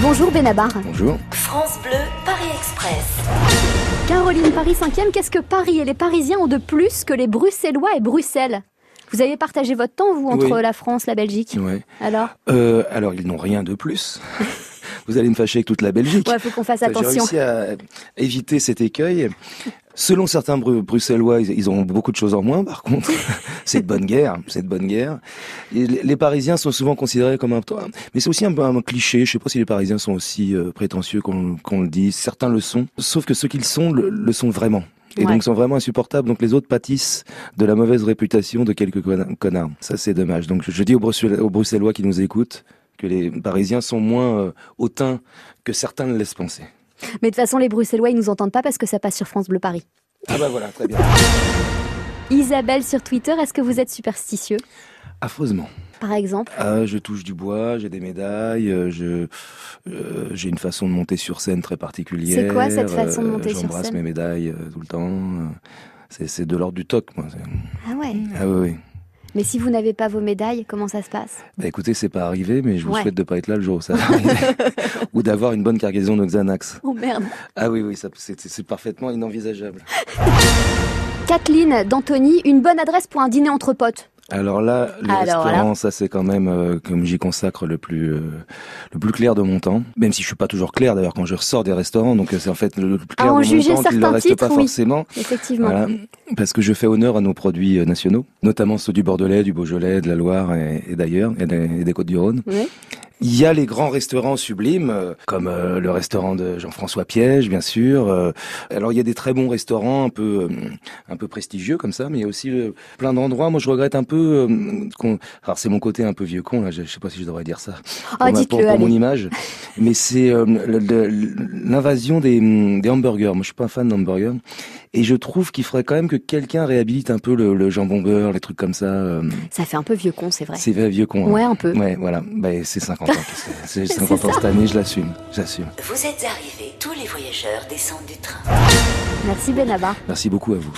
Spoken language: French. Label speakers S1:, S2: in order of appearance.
S1: Bonjour Benabar.
S2: Bonjour.
S3: France Bleu, Paris Express.
S1: Caroline Paris 5e, qu'est-ce que Paris et les Parisiens ont de plus que les Bruxellois et Bruxelles Vous avez partagé votre temps, vous, entre
S2: Oui.
S1: la France, la Belgique
S2: Ouais.
S1: Alors
S2: Euh, alors, ils n'ont rien de plus. Vous allez me fâcher avec toute la Belgique.
S1: Ouais, faut qu'on fasse
S2: J'ai
S1: attention.
S2: réussi à éviter cet écueil. Selon certains Bru- Bruxellois, ils ils ont beaucoup de choses en moins, par contre. c'est de bonne guerre, c'est de bonne guerre. Et les les Parisiens sont souvent considérés comme un... Mais c'est aussi un peu un cliché, je sais pas si les Parisiens sont aussi euh, prétentieux qu'on qu'on le dit. Certains le sont, sauf que ceux qu'ils sont le, le sont vraiment. Et
S1: Ouais.
S2: donc sont vraiment insupportables. Donc les autres pâtissent de la mauvaise réputation de quelques conna- connards. Ça c'est dommage. Donc je, je dis aux, Bruxellois- aux Bruxellois qui nous écoutent que les Parisiens sont moins euh, hautains que certains ne laissent penser.
S1: Mais de toute façon, les Bruxellois, ils nous entendent pas parce que ça passe sur France Bleu Paris.
S2: Ah bah voilà, très bien.
S1: Isabelle sur Twitter, est-ce que vous êtes superstitieux,
S2: Affreusement.
S1: par exemple
S2: Ah, je touche du bois, j'ai des médailles, euh, je euh, j'ai une façon de monter sur scène très particulière. Euh,
S1: C'est quoi cette façon de monter sur
S2: J'embrasse
S1: scène
S2: mes médailles euh, tout le temps. euh, C'est c'est de l'ordre du toc, moi. c'est-
S1: Ah ouais.
S2: Ah oui, oui.
S1: Mais si vous n'avez pas vos médailles, comment ça se passe
S2: Bah, écoutez, c'est pas arrivé, mais je vous
S1: Ouais.
S2: souhaite de pas être là le jour où ça va arriver. Ou d'avoir une bonne cargaison de Xanax.
S1: Oh merde
S2: Ah oui, oui, ça- c'est c'est parfaitement inenvisageable.
S1: Kathleen d'Anthony, une bonne adresse pour un dîner entre potes.
S2: Alors là, le
S1: Alors
S2: restaurant, ça c'est quand même euh, comme j'y consacre le plus euh, le plus clair de mon temps. Même si je suis pas toujours clair d'ailleurs quand je ressors des restaurants, donc euh, c'est en fait le plus clair
S1: Ah, en
S2: de mon
S1: juger
S2: temps qu'il ne
S1: certains
S2: reste pas
S1: titres, oui.
S2: forcément.
S1: Effectivement.
S2: Voilà, parce que je fais honneur à nos produits euh, nationaux, notamment ceux du Bordelais, du Beaujolais, de la Loire et, et d'ailleurs, et, des- et des Côtes-du-Rhône.
S1: Oui.
S2: Il y a les grands restaurants sublimes, euh, comme euh, le restaurant de Jean-François Piège, bien sûr. euh, alors il y a des très bons restaurants, un peu, euh, un peu prestigieux comme ça, mais il y a aussi euh, plein d'endroits. Moi, je regrette un peu. euh, qu'on- alors c'est mon côté un peu vieux con là. Je, je sais pas si je devrais dire ça
S1: Ah,
S2: pour, ma- pour-
S1: dites-le,
S2: pour mon
S1: allez.
S2: image. Mais c'est euh, le- le- l'invasion des, hum, des hamburgers. Moi, je suis pas un fan d'hamburgers. Et je trouve qu'il faudrait quand même que quelqu'un réhabilite un peu le, le jambon beurre, les trucs comme ça. euh,
S1: Ça fait un peu vieux con, c'est vrai.
S2: C'est vieux con. hein.
S1: Ouais, un peu.
S2: Ouais, voilà. Bah, c'est 50 ans. C'est c'est 50 ans cette année, je l'assume. J'assume.
S3: Vous êtes arrivés. Tous les voyageurs descendent du train.
S1: Merci Benabar.
S2: Merci beaucoup à vous.